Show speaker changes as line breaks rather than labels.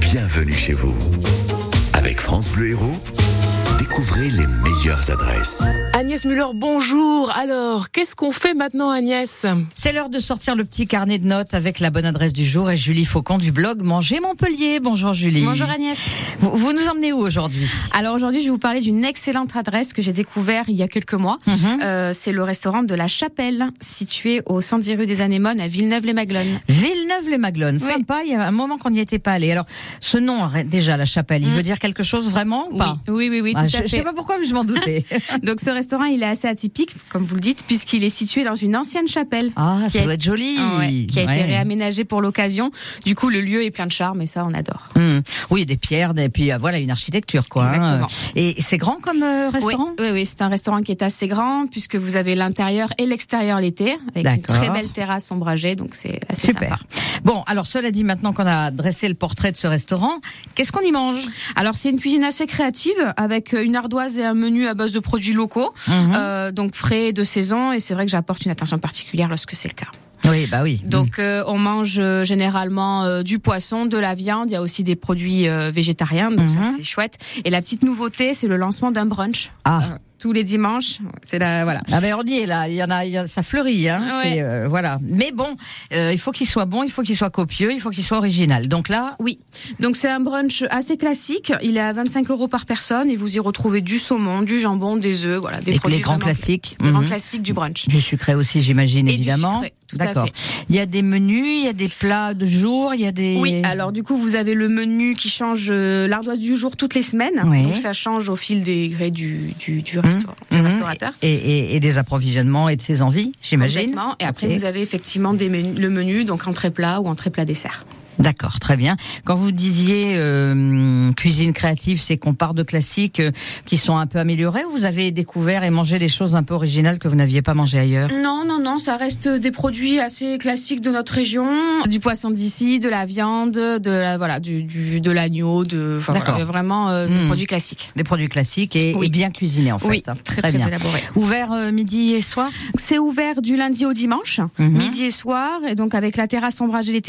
Bienvenue chez vous. Avec France Bleu Héros, découvrez les meilleures adresses.
Agnès Muller, bonjour. Alors, qu'est-ce qu'on fait maintenant, Agnès
C'est l'heure de sortir le petit carnet de notes avec la bonne adresse du jour et Julie Faucon du blog Manger Montpellier. Bonjour Julie.
Bonjour Agnès.
Vous, vous nous emmenez où aujourd'hui
Alors aujourd'hui, je vais vous parler d'une excellente adresse que j'ai découverte il y a quelques mois.
Mhm.
Euh, c'est le restaurant de la Chapelle, situé au 110 rue des Anémones à Villeneuve-les-Maglones.
Villeneuve-les-Maglones.
Oui.
Sympa, il y a un moment qu'on n'y était pas allé. Alors, ce nom, déjà, la chapelle, il veut dire quelque chose vraiment ou pas
Mm. Oui, oui, oui,
Ah,
tout
je,
à
je sais
fait.
pas pourquoi, mais je m'en doutais.
Donc ce restaurant, il est assez atypique, comme vous le dites, puisqu'il est situé dans une ancienne chapelle.
ah,
Qui
ça
a-
doit être joli.
Ah ouais, qui a été
Ouais.
réaménagé pour l'occasion. Du coup, le lieu est plein de charme et ça, on adore.
Hum. Oui, des pierres, et puis euh, voilà, une architecture, quoi. hein.
Exactement.
Et c'est grand comme euh,
Oui,
restaurant
oui, oui, c'est un restaurant qui est assez grand puisque vous avez l'intérieur et l'extérieur l'été avec une
D'accord.
très belle terrasse ombragée, donc c'est assez sympa.
Super. Bon, alors cela dit, maintenant qu'on a dressé le portrait de ce restaurant, qu'est-ce qu'on y mange
Alors c'est une cuisine assez créative avec euh, une ardoise et un menu à base de produits locaux,
Mhm.
euh, donc frais et de saison. Et c'est vrai que j'apporte une attention particulière lorsque c'est le cas.
Oui, bah oui.
Donc euh, on mange euh, généralement euh, du poisson, de la viande. Il y a aussi des produits euh, végétariens, donc ça
Mhm.
c'est chouette. Et la petite nouveauté, c'est le lancement d'un brunch
Ah.
euh, tous les dimanches. C'est la voilà.
Ah ben on y est là, il y en a, il y en a- ça fleurit, hein.
Ouais.
c'est, euh, voilà. Mais bon, euh, il faut qu'il soit bon, il faut qu'il soit copieux, il faut qu'il soit original. Donc là,
Oui, donc c'est un brunch assez classique. Il est à 25 euros par personne et vous y retrouvez du saumon, du jambon, des œufs, voilà, des
et que
produits
les grands
vraiment-
classiques,
les grands
mhm.
classiques du brunch.
du sucré aussi, j'imagine
Et du
évidemment.
sucré, tout à
D'accord. Il y a des menus, il y a des plats de jour, il y a des.
Oui, alors du coup, vous avez le menu qui change euh, l'ardoise du jour toutes les semaines.
Ouais.
Donc ça change au fil des grés du, du, du restaurant- du
Mhm.
restaurateur.
Et, et- et des approvisionnements et de ses envies, j'imagine.
Complètement. Et après,
Ok.
vous avez effectivement des menus- le menu, donc entrée plat ou entrée plat dessert.
D'accord, très bien. Quand vous disiez euh, cuisine créative, c'est qu'on part de classiques euh, qui sont un peu améliorés ou vous avez découvert et mangé des choses un peu originales que vous n'aviez pas mangé ailleurs
Non, non, non, ça reste des produits assez classiques de notre région. Du poisson d'ici, de la viande, de la, voilà, du, du- de l'agneau, de, enfin,
D'accord.
voilà, vraiment euh, des
Mhm.
produits classiques.
Des produits classiques et,
Oui.
et bien cuisinés en fait.
oui,
hein.
très, très,
bien.
élaboré.
Ouvert euh, midi et soir
C'est ouvert du lundi au dimanche,
Mhm.
midi et soir, et donc avec la terrasse ombragée l'été,